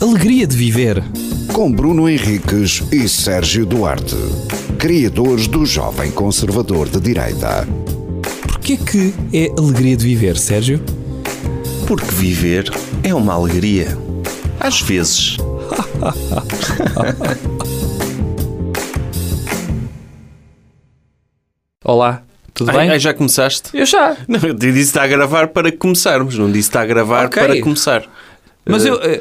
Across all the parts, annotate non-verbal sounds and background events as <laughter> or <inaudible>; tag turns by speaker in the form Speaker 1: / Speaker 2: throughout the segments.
Speaker 1: alegria de viver.
Speaker 2: Com Bruno Henriques e Sérgio Duarte, criadores do Jovem Conservador de Direita.
Speaker 1: Porquê que é alegria de viver, Sérgio?
Speaker 3: Porque viver é uma alegria. Às vezes.
Speaker 4: Olá, tudo
Speaker 3: Ai,
Speaker 4: bem?
Speaker 3: ai, já começaste?
Speaker 4: Eu já.
Speaker 3: Não, eu disse está a gravar para começarmos, não disse está a gravar
Speaker 4: Ok.
Speaker 3: para começar.
Speaker 4: Mas
Speaker 3: Eh,
Speaker 4: eu. eh,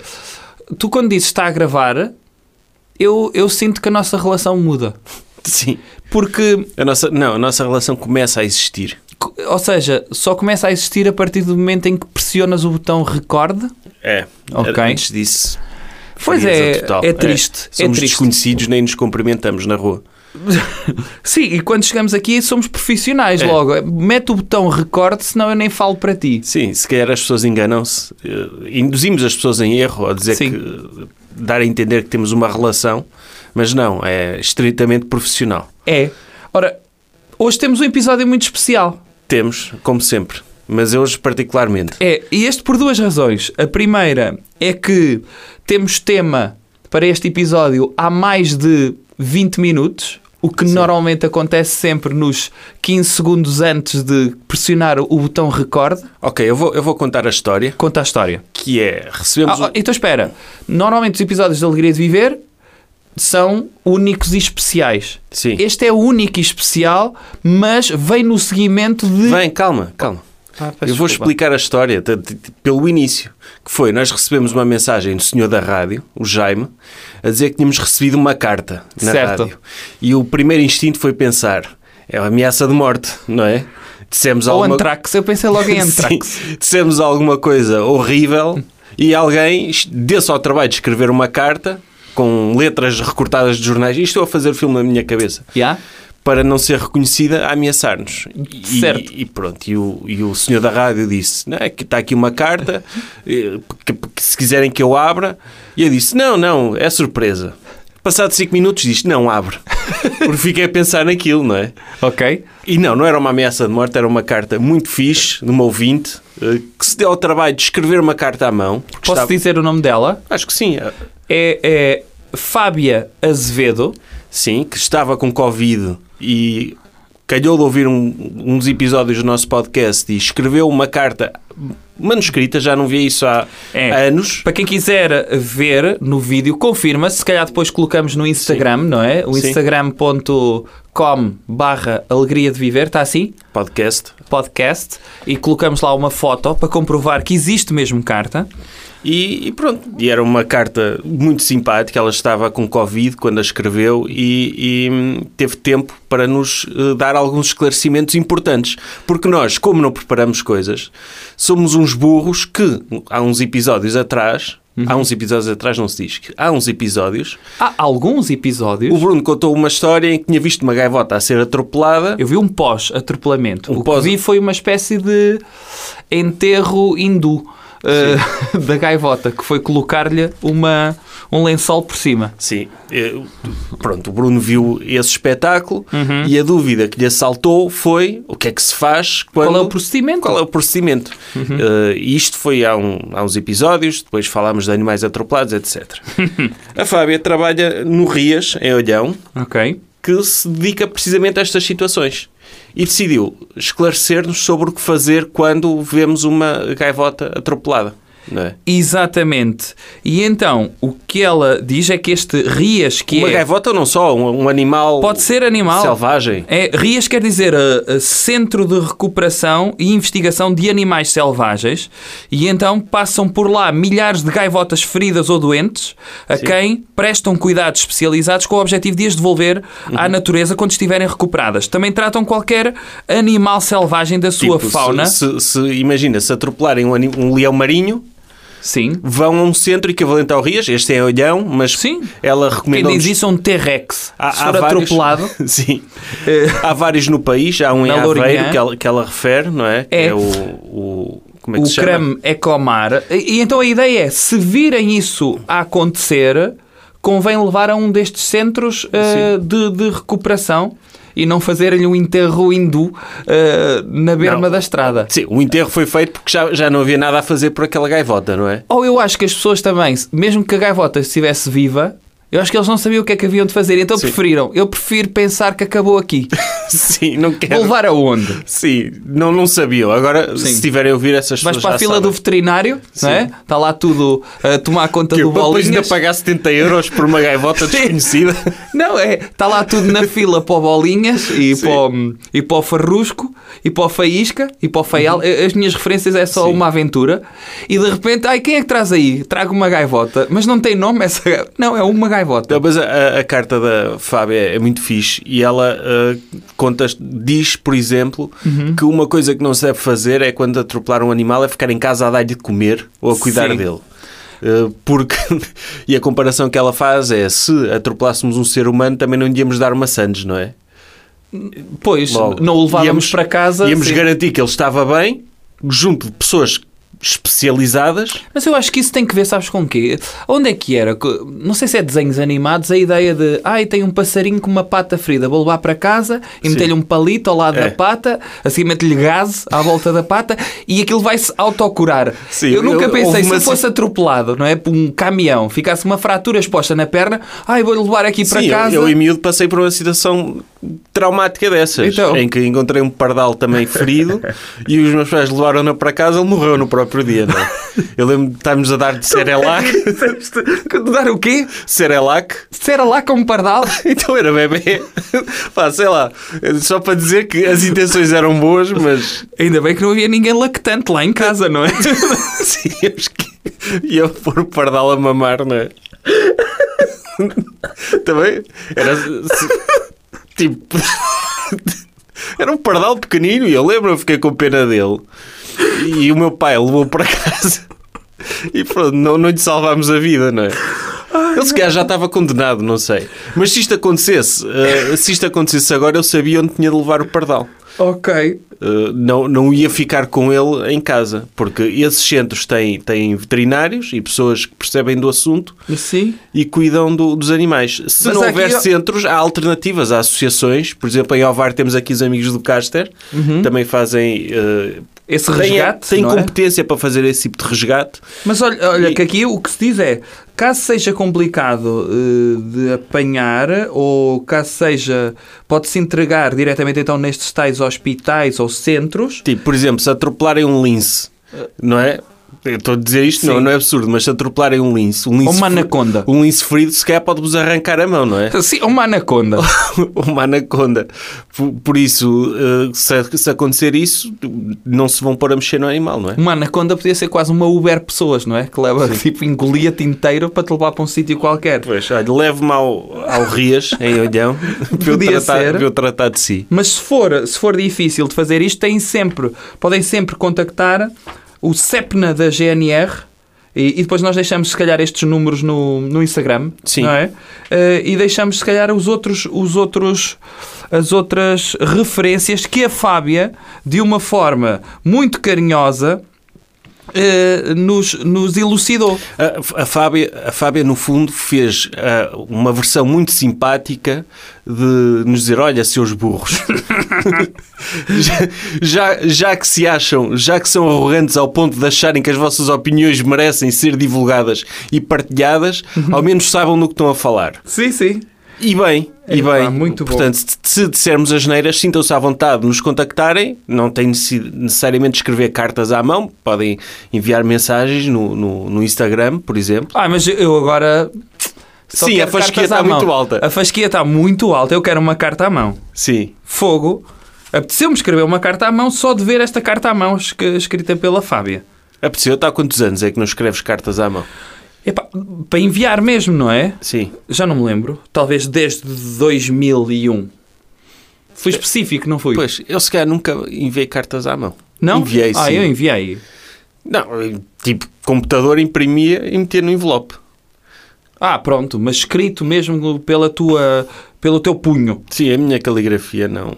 Speaker 4: Tu, quando dizes está a gravar, eu, eu sinto que a nossa relação muda.
Speaker 3: Sim.
Speaker 4: Porque,
Speaker 3: A nossa, não, a nossa relação começa a existir.
Speaker 4: co- ou seja, só começa a existir a partir do momento em que pressionas o botão recorde.
Speaker 3: É.
Speaker 4: Ok.
Speaker 3: Antes disso.
Speaker 4: Pois
Speaker 3: frieza
Speaker 4: é,
Speaker 3: total.
Speaker 4: é triste. É,
Speaker 3: Somos
Speaker 4: triste.
Speaker 3: desconhecidos, nem nos cumprimentamos na rua.
Speaker 4: Sim, e quando chegamos aqui somos profissionais
Speaker 3: É.
Speaker 4: logo. Mete o botão recorde, senão eu nem falo para ti.
Speaker 3: Sim, se calhar as pessoas enganam-se. Eh, Induzimos as pessoas em erro ao dizer
Speaker 4: Sim.
Speaker 3: que. dar a entender que temos uma relação, mas não, é estritamente profissional.
Speaker 4: É. Ora, hoje temos um episódio muito especial.
Speaker 3: Temos, como sempre, mas hoje particularmente.
Speaker 4: É, e este por duas razões. A primeira é que temos tema para este episódio há mais de 20 minutos, o que normalmente acontece sempre nos 15 segundos antes de pressionar o botão record.
Speaker 3: Ok, eu vou, eu vou contar a história,
Speaker 4: Conta a história.
Speaker 3: que é, recebemos...
Speaker 4: Ah, ah,
Speaker 3: um-
Speaker 4: então espera. Normalmente os episódios de Alegria de Viver são únicos e especiais.
Speaker 3: Sim.
Speaker 4: Este é único e especial, mas vem no seguimento de.
Speaker 3: Vem, calma, calma.
Speaker 4: Ah, peço
Speaker 3: Eu vou
Speaker 4: desculpa.
Speaker 3: explicar a história t- t- t- pelo início, que foi, nós recebemos uma mensagem do senhor da rádio, o Jaime, a dizer que tínhamos recebido uma carta na
Speaker 4: Certo.
Speaker 3: rádio. E o primeiro instinto foi pensar, é uma ameaça de morte, não é? Dissemos
Speaker 4: Ou
Speaker 3: alguma...
Speaker 4: Antrax, eu pensei logo em
Speaker 3: <laughs> Sim,
Speaker 4: Antrax.
Speaker 3: dissemos alguma coisa horrível e alguém es- deu-se ao trabalho de escrever uma carta com letras recortadas de jornais. Isto estou a fazer filme na minha cabeça.
Speaker 4: Yeah?
Speaker 3: para não ser reconhecida a ameaçar-nos. E-
Speaker 4: Certo.
Speaker 3: E, pronto, e o, e o senhor da rádio disse: não, é que está aqui uma carta, eh, que, que se quiserem que eu abra. E eu disse: não, não, é surpresa. Passado cinco minutos disse: não, abre. <laughs> Porque fiquei a pensar naquilo, não é?
Speaker 4: Ok.
Speaker 3: E não, não era uma ameaça de morte, era uma carta muito fixe de uma ouvinte eh, que se deu ao trabalho de escrever uma carta à mão. porque
Speaker 4: Posso
Speaker 3: estava-
Speaker 4: dizer o nome dela?
Speaker 3: Acho que sim. eh,
Speaker 4: É, é Fábia Azevedo.
Speaker 3: Sim, que estava com Covid e calhou de ouvir um- uns episódios do nosso podcast e escreveu uma carta manuscrita, já não via isso há
Speaker 4: É.
Speaker 3: anos.
Speaker 4: Para quem quiser ver no vídeo, confirma-se. Se calhar depois colocamos no Instagram, não é? O
Speaker 3: Sim.
Speaker 4: instagram.com barra alegria de viver, está assim?
Speaker 3: Podcast.
Speaker 4: Podcast. E colocamos lá uma foto para comprovar que existe mesmo carta.
Speaker 3: E, e pronto, e era uma carta muito simpática. Ela estava com Covid quando a escreveu e, e, hum, teve tempo para nos eh, dar alguns esclarecimentos importantes. Porque nós, como não preparamos coisas, somos uns burros que há uns episódios atrás. Há
Speaker 4: Uhum.
Speaker 3: uns episódios atrás, não se diz que há uns episódios.
Speaker 4: Há alguns episódios.
Speaker 3: O Bruno contou uma história em que tinha visto uma gaivota a ser atropelada.
Speaker 4: Eu vi um pós-atropelamento.
Speaker 3: Um
Speaker 4: o
Speaker 3: pós-
Speaker 4: que vi foi uma espécie de enterro hindu eh, <laughs> da gaivota, que foi colocar-lhe uma- um lençol por cima.
Speaker 3: Sim, eu- pronto, o Bruno viu esse espetáculo
Speaker 4: Uhum.
Speaker 3: e a dúvida que lhe assaltou foi o que é que se faz quando...
Speaker 4: Qual é o procedimento?
Speaker 3: Qual é o procedimento?
Speaker 4: Uhum.
Speaker 3: Eh, e isto foi há, um- há uns episódios, depois falámos de animais atropelados, etc.
Speaker 4: <laughs>
Speaker 3: a Fábia trabalha no Rias, em Olhão,
Speaker 4: Ok.
Speaker 3: que se dedica precisamente a estas situações. E decidiu esclarecer-nos sobre o que fazer quando vemos uma gaivota atropelada. Não é?
Speaker 4: Exatamente. E então, o que ela diz é que este Rias, que
Speaker 3: Uma
Speaker 4: é...
Speaker 3: gaivota ou não só? Um, um animal.
Speaker 4: Pode ser animal.
Speaker 3: Selvagem.
Speaker 4: É, RIAS quer dizer eh, eh, Centro de Recuperação e Investigação de Animais Selvagens e então passam por lá milhares de gaivotas feridas ou doentes a quem prestam cuidados especializados com o objetivo de as devolver
Speaker 3: Uhum.
Speaker 4: à natureza quando estiverem recuperadas. Também tratam qualquer animal selvagem da sua
Speaker 3: Tipo, se-
Speaker 4: fauna.
Speaker 3: Se, se- imagina, se atropelarem um, ani- um leão marinho,
Speaker 4: Sim.
Speaker 3: vão a um centro equivalente ao Rias. Este é olhão, mas
Speaker 4: Sim.
Speaker 3: ela
Speaker 4: Quem
Speaker 3: recomenda.
Speaker 4: diz isso é um T-Rex.
Speaker 3: Há,
Speaker 4: Se
Speaker 3: há
Speaker 4: for
Speaker 3: vários-
Speaker 4: atropelado...
Speaker 3: <laughs>
Speaker 4: É.
Speaker 3: Sim. Há vários no país. Há um em
Speaker 4: Na
Speaker 3: Aveiro
Speaker 4: Lourinhã.
Speaker 3: que ela, que ela refere, não é? Que
Speaker 4: É.
Speaker 3: o, o. Como é que
Speaker 4: o
Speaker 3: se chama?
Speaker 4: creme Ecomar. E, e então a ideia é, se virem isso a acontecer, convém levar a um destes centros eh, de, de recuperação e não fazerem-lhe um enterro hindu eh, na berma
Speaker 3: Não.
Speaker 4: da estrada.
Speaker 3: Sim, o enterro foi feito porque já, já não havia nada a fazer por aquela gaivota, não é? <laughs>
Speaker 4: Ou eu acho que as pessoas também, mesmo que a gaivota estivesse viva, eu acho que eles não sabiam o que é que haviam de fazer, então preferiram. Eu prefiro pensar que acabou
Speaker 3: <laughs>
Speaker 4: aqui.
Speaker 3: Sim, não
Speaker 4: Vou
Speaker 3: quero.
Speaker 4: levar aonde?
Speaker 3: Sim, não, não sabiam. Agora,
Speaker 4: Sim.
Speaker 3: se tiverem a ouvir essas
Speaker 4: Vais
Speaker 3: pessoas.
Speaker 4: para a
Speaker 3: já
Speaker 4: fila do
Speaker 3: sabem.
Speaker 4: veterinário, não é? Está lá tudo a tomar conta
Speaker 3: Que
Speaker 4: do
Speaker 3: eu depois ainda
Speaker 4: bolinhas.
Speaker 3: pagar 70 euros por
Speaker 4: <laughs>
Speaker 3: uma gaivota desconhecida.
Speaker 4: Não, é, está lá tudo
Speaker 3: <laughs>
Speaker 4: na fila para o Bolinhas e para, o, e para o Farrusco e para o Faísca e para o Faial.
Speaker 3: Uhum.
Speaker 4: As minhas referências é só uma aventura. E de repente, ai, quem é que traz aí? Trago uma gaivota. Mas não tem nome essa ga- Não, é uma gaivota.
Speaker 3: Não, mas a- a, a carta da Fábia é muito fixe e ela ah, conta, diz, por exemplo,
Speaker 4: Uhum.
Speaker 3: que uma coisa que não se deve fazer é quando atropelar um animal é ficar em casa a dar-lhe de comer ou a cuidar
Speaker 4: Sim.
Speaker 3: dele. Ah, Porque, <laughs> e a comparação que ela faz é se atropelássemos um ser humano também não lhe íamos dar maçãs, não é?
Speaker 4: Pois,
Speaker 3: Logo,
Speaker 4: não o levávamos
Speaker 3: íamos-
Speaker 4: para casa.
Speaker 3: Íamos
Speaker 4: sim.
Speaker 3: garantir que ele estava bem junto de pessoas especializadas.
Speaker 4: Mas eu acho que isso tem que ver, sabes com o quê? Onde é que era? Que- Não sei se é desenhos animados, a ideia de ai, tem um passarinho com uma pata ferida, vou levar para casa e
Speaker 3: Sim.
Speaker 4: meter-lhe um palito ao lado
Speaker 3: É.
Speaker 4: da pata, assim meto-lhe gás à volta da pata e aquilo vai-se autocurar.
Speaker 3: Sim,
Speaker 4: eu nunca
Speaker 3: eu-
Speaker 4: pensei,
Speaker 3: houve
Speaker 4: se
Speaker 3: uma
Speaker 4: eu fosse
Speaker 3: ci-
Speaker 4: atropelado, não é? Por um caminhão, ficasse uma fratura exposta na perna, ai, vou-lhe levar aqui para
Speaker 3: Sim, eu-
Speaker 4: casa.
Speaker 3: Eu, em miúdo passei por uma situação traumática dessas,
Speaker 4: Então.
Speaker 3: em que encontrei um pardal também ferido e os meus pais levaram-no para casa, ele morreu no próprio dia. Não? é? Eu lembro de estarmos a dar de Cerelac,
Speaker 4: <laughs> é? Dar o quê?
Speaker 3: Cerelac,
Speaker 4: Será lá como pardal?
Speaker 3: então era bebê. <laughs> Pá, sei lá, só para dizer que as intenções eram boas, mas
Speaker 4: Ainda bem que não havia ninguém lactante lá em casa, não é?
Speaker 3: <laughs> sim, eu esque- <laughs> ia pôr o pardal a mamar, não é? <laughs> Também era se- tipo. <laughs> Era um pardal pequenino e eu lembro, eu fiquei com pena dele. E o meu pai levou para casa <laughs> e pronto, não, não lhe salvámos a vida, não é? Ele se calhar já estava condenado, não sei. Mas se isto acontecesse, eh, se isto acontecesse agora, eu sabia onde tinha de levar o pardal.
Speaker 4: ok.
Speaker 3: Uh, não, não ia ficar com ele em casa, porque esses centros têm, têm veterinários e pessoas que percebem do assunto
Speaker 4: Sim.
Speaker 3: e cuidam do- dos animais. Se
Speaker 4: Mas
Speaker 3: não
Speaker 4: há
Speaker 3: houver
Speaker 4: aqui-
Speaker 3: centros, há alternativas, há associações. Por exemplo, em Ovar temos aqui os amigos do Caster, também fazem. uh,
Speaker 4: Uhum. Esse
Speaker 3: têm-
Speaker 4: resgate,
Speaker 3: Têm,
Speaker 4: não é?
Speaker 3: competência para fazer esse tipo de resgate.
Speaker 4: Mas olha, olha
Speaker 3: E-
Speaker 4: que aqui o que se diz é: caso seja complicado eh, de apanhar, ou caso seja, pode-se entregar diretamente então nestes tais hospitais ou centros.
Speaker 3: Tipo, por exemplo, se atropelarem um lince, não é? Eu estou a dizer isto, não,
Speaker 4: Sim.
Speaker 3: não é absurdo, mas se atropelarem um lince, um lince,
Speaker 4: Ou uma
Speaker 3: feri-
Speaker 4: anaconda.
Speaker 3: um lince ferido, se calhar pode-vos arrancar a mão, não é?
Speaker 4: Sim, uma <laughs> anaconda.
Speaker 3: <laughs> uma anaconda. Por, por isso, eh, se, se acontecer isso, não se vão pôr a mexer no animal, não é?
Speaker 4: Uma anaconda podia ser quase uma Uber pessoas, não é? Que leva, tipo, engolia-te inteiro para te levar para um sítio qualquer.
Speaker 3: Pois, olha, leve-me ao, ao Rias, em Olhão, <laughs> para eu
Speaker 4: Podia
Speaker 3: tratar-
Speaker 4: ser.
Speaker 3: para eu tratar de si.
Speaker 4: Mas se for, se for difícil de fazer isto, têm sempre, podem sempre contactar o CEPNA da GNR e, e depois nós deixamos, se calhar, estes números no, no Instagram.
Speaker 3: Sim.
Speaker 4: Não é? Eh, e deixamos, se calhar, os outros, os outros, as outras referências que a Fábia, de uma forma muito carinhosa, eh, nos, nos elucidou.
Speaker 3: A, a, Fábia, a Fábia, no fundo, fez ah, uma versão muito simpática de nos dizer: Olha, seus burros, <laughs> já, já- já que se acham, já que são arrogantes ao ponto de acharem que as vossas opiniões merecem ser divulgadas e partilhadas,
Speaker 4: Uhum.
Speaker 3: ao menos saibam do que estão a falar.
Speaker 4: Sim, sim.
Speaker 3: E bem, e
Speaker 4: Epá,
Speaker 3: bem.
Speaker 4: É, muito bom.
Speaker 3: Portanto, se- se dissermos as neiras, sintam-se à vontade de nos contactarem. Não tem necess- necessariamente de escrever cartas à mão. Podem enviar mensagens no, no, no Instagram, por exemplo.
Speaker 4: Ah, mas eu agora. só
Speaker 3: Sim,
Speaker 4: quero
Speaker 3: a fasquia
Speaker 4: cartas à
Speaker 3: está
Speaker 4: mão.
Speaker 3: muito alta.
Speaker 4: A fasquia está muito alta. Eu quero uma carta à mão.
Speaker 3: Sim.
Speaker 4: Fogo. Apeteceu-me escrever uma carta à mão só de ver esta carta à mão es- escrita pela Fábia.
Speaker 3: Apeteceu, está há quantos anos é que não escreves cartas à mão?
Speaker 4: Epá, para enviar mesmo, não é?
Speaker 3: Sim.
Speaker 4: Já não me lembro. Talvez desde 2001. Fui um. específico, não fui?
Speaker 3: Pois, eu se calhar nunca enviei cartas à mão.
Speaker 4: não?
Speaker 3: Enviei,
Speaker 4: Ah,
Speaker 3: sim.
Speaker 4: eu enviei.
Speaker 3: Não, eu, tipo, computador imprimia e metia no envelope.
Speaker 4: Ah, pronto, mas escrito mesmo pela tua, pelo teu punho.
Speaker 3: Sim, a minha caligrafia não...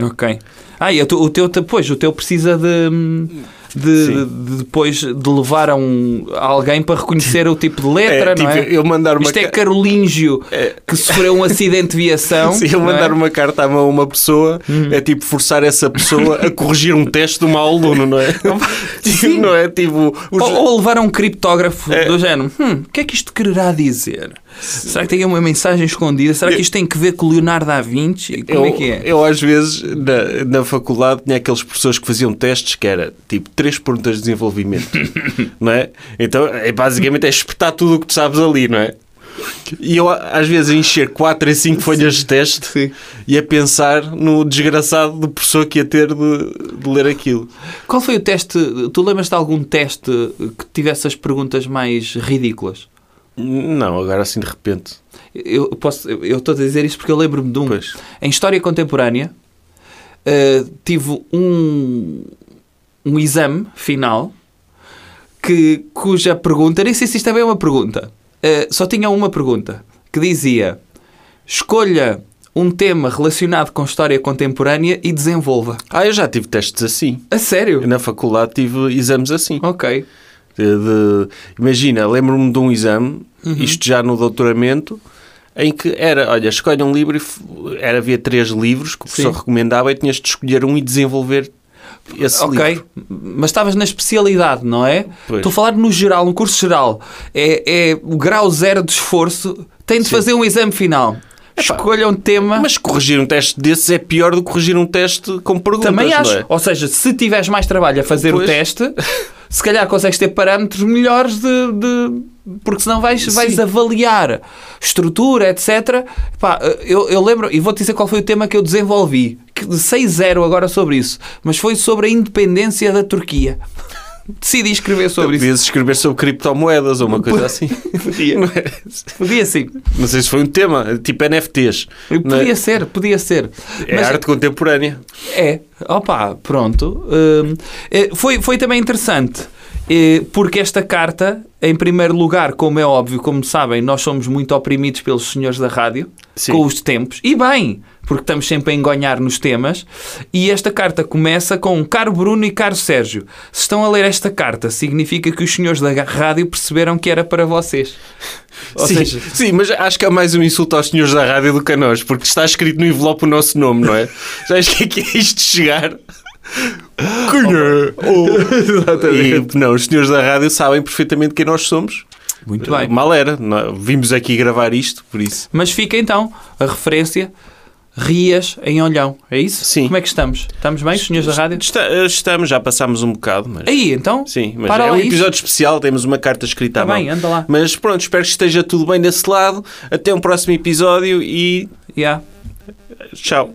Speaker 4: Ok. Ah, e o teu, o teu- pois, o teu precisa de, hum, de,
Speaker 3: Sim.
Speaker 4: de- depois de levar a um, a alguém para reconhecer o tipo de letra,
Speaker 3: É,
Speaker 4: não
Speaker 3: tipo,
Speaker 4: é?
Speaker 3: eu mandar uma
Speaker 4: Isto é
Speaker 3: ca-
Speaker 4: Carolíngio que sofreu
Speaker 3: <laughs>
Speaker 4: um acidente de viação.
Speaker 3: Se eu
Speaker 4: não é? Uhum.
Speaker 3: mandar uma carta à mão a uma pessoa, é tipo forçar essa pessoa a corrigir um teste de um mau aluno, não é?
Speaker 4: <laughs> Sim.
Speaker 3: Não é? Tipo, os-
Speaker 4: Ou, ou levar a um criptógrafo do género. Hum, o que é que isto quererá dizer? Será que tem uma mensagem escondida? Será que isto tem que ver com o Leonardo da Vinci? Como
Speaker 3: eu,
Speaker 4: é que é?
Speaker 3: eu, às vezes, na, na faculdade, tinha aqueles professores que faziam testes que era tipo três perguntas
Speaker 4: <laughs>
Speaker 3: de desenvolvimento, não é? Então, é, basicamente, é espetar tudo o que tu sabes ali, não é? E eu, às vezes, a encher quatro e cinco folhas de teste
Speaker 4: Sim.
Speaker 3: e a pensar no desgraçado do professor que ia ter de, de ler aquilo.
Speaker 4: Qual foi o teste? Tu lembras de algum teste que tivesse as perguntas mais ridículas?
Speaker 3: Não, agora assim de repente.
Speaker 4: Eu posso, eu estou a dizer isso porque eu lembro-me de um.
Speaker 3: Pois.
Speaker 4: Em história contemporânea, eh, tive um, um exame final que, cuja pergunta, nem sei se isto é bem uma pergunta, eh, só tinha uma pergunta que dizia: escolha um tema relacionado com história contemporânea e desenvolva.
Speaker 3: Ah, eu já tive testes assim.
Speaker 4: A sério?
Speaker 3: Eu na faculdade tive exames assim.
Speaker 4: Ok.
Speaker 3: De- de- imagina, lembro-me de um exame,
Speaker 4: Uhum.
Speaker 3: isto já no doutoramento, em que era, olha, escolhe um livro, e f- era, havia três livros que o professor
Speaker 4: Sim.
Speaker 3: recomendava e tinhas de escolher um e desenvolver esse
Speaker 4: ok,
Speaker 3: livro.
Speaker 4: mas estavas na especialidade, não é?
Speaker 3: Pois.
Speaker 4: Estou a falar no geral, no curso geral. É, é o grau zero de esforço. Tem de fazer um exame final. Escolha um tema.
Speaker 3: Mas corrigir um teste desses é pior do que corrigir um teste com perguntas,
Speaker 4: também
Speaker 3: não
Speaker 4: acho.
Speaker 3: é?
Speaker 4: Ou seja, se tiveres mais trabalho a fazer o
Speaker 3: Pois.
Speaker 4: teste, se calhar consegues ter parâmetros melhores de. de- porque senão vais, vais avaliar estrutura, etc. Pá, eu, eu lembro, e vou-te dizer qual foi o tema que eu desenvolvi. que Sei zero agora sobre isso, mas foi sobre a independência da Turquia. <laughs> Decidi escrever sobre isso.
Speaker 3: Devias escrever sobre criptomoedas ou uma
Speaker 4: <laughs>
Speaker 3: coisa assim.
Speaker 4: Podia.
Speaker 3: Não é?
Speaker 4: Podia sim.
Speaker 3: Não sei se foi um tema, tipo NFTs. não é?
Speaker 4: Podia ser, podia ser.
Speaker 3: É
Speaker 4: Mas-
Speaker 3: arte contemporânea.
Speaker 4: É, opa, pronto. Hum, eh, foi, foi também interessante, eh, porque esta carta, em primeiro lugar, como é óbvio, como sabem, nós somos muito oprimidos pelos senhores da rádio,
Speaker 3: Sim.
Speaker 4: com os tempos, e bem, porque estamos sempre a engonhar nos temas, e esta carta começa com um Caro Bruno e Caro Sérgio, se estão a ler esta carta, significa que os senhores da rádio perceberam que era para vocês. Ou
Speaker 3: Sim,
Speaker 4: seja,
Speaker 3: sim, mas acho que há mais um insulto aos senhores da rádio do que a nós, porque está escrito no envelope o nosso
Speaker 4: <laughs>
Speaker 3: nome, não é? Sabes o que é que é isto de chegar? Cunha!
Speaker 4: Oh,
Speaker 3: <laughs> E, não, os senhores da rádio sabem perfeitamente quem nós somos.
Speaker 4: muito bem.
Speaker 3: Mal era. não- Vimos aqui gravar isto, por isso.
Speaker 4: Mas fica então a referência Rias em Olhão, é isso?
Speaker 3: Sim.
Speaker 4: Como é que estamos? Estamos bem, senhores da rádio?
Speaker 3: Está- eh, estamos, já passámos um bocado, mas...
Speaker 4: Aí, então?
Speaker 3: Sim, mas
Speaker 4: para
Speaker 3: é
Speaker 4: lá
Speaker 3: um
Speaker 4: isso.
Speaker 3: episódio especial, temos uma carta escrita à
Speaker 4: Tá
Speaker 3: mão.
Speaker 4: bem, anda lá.
Speaker 3: Mas pronto, espero que esteja tudo bem desse lado. Até um próximo episódio e
Speaker 4: Yeah.
Speaker 3: tchau.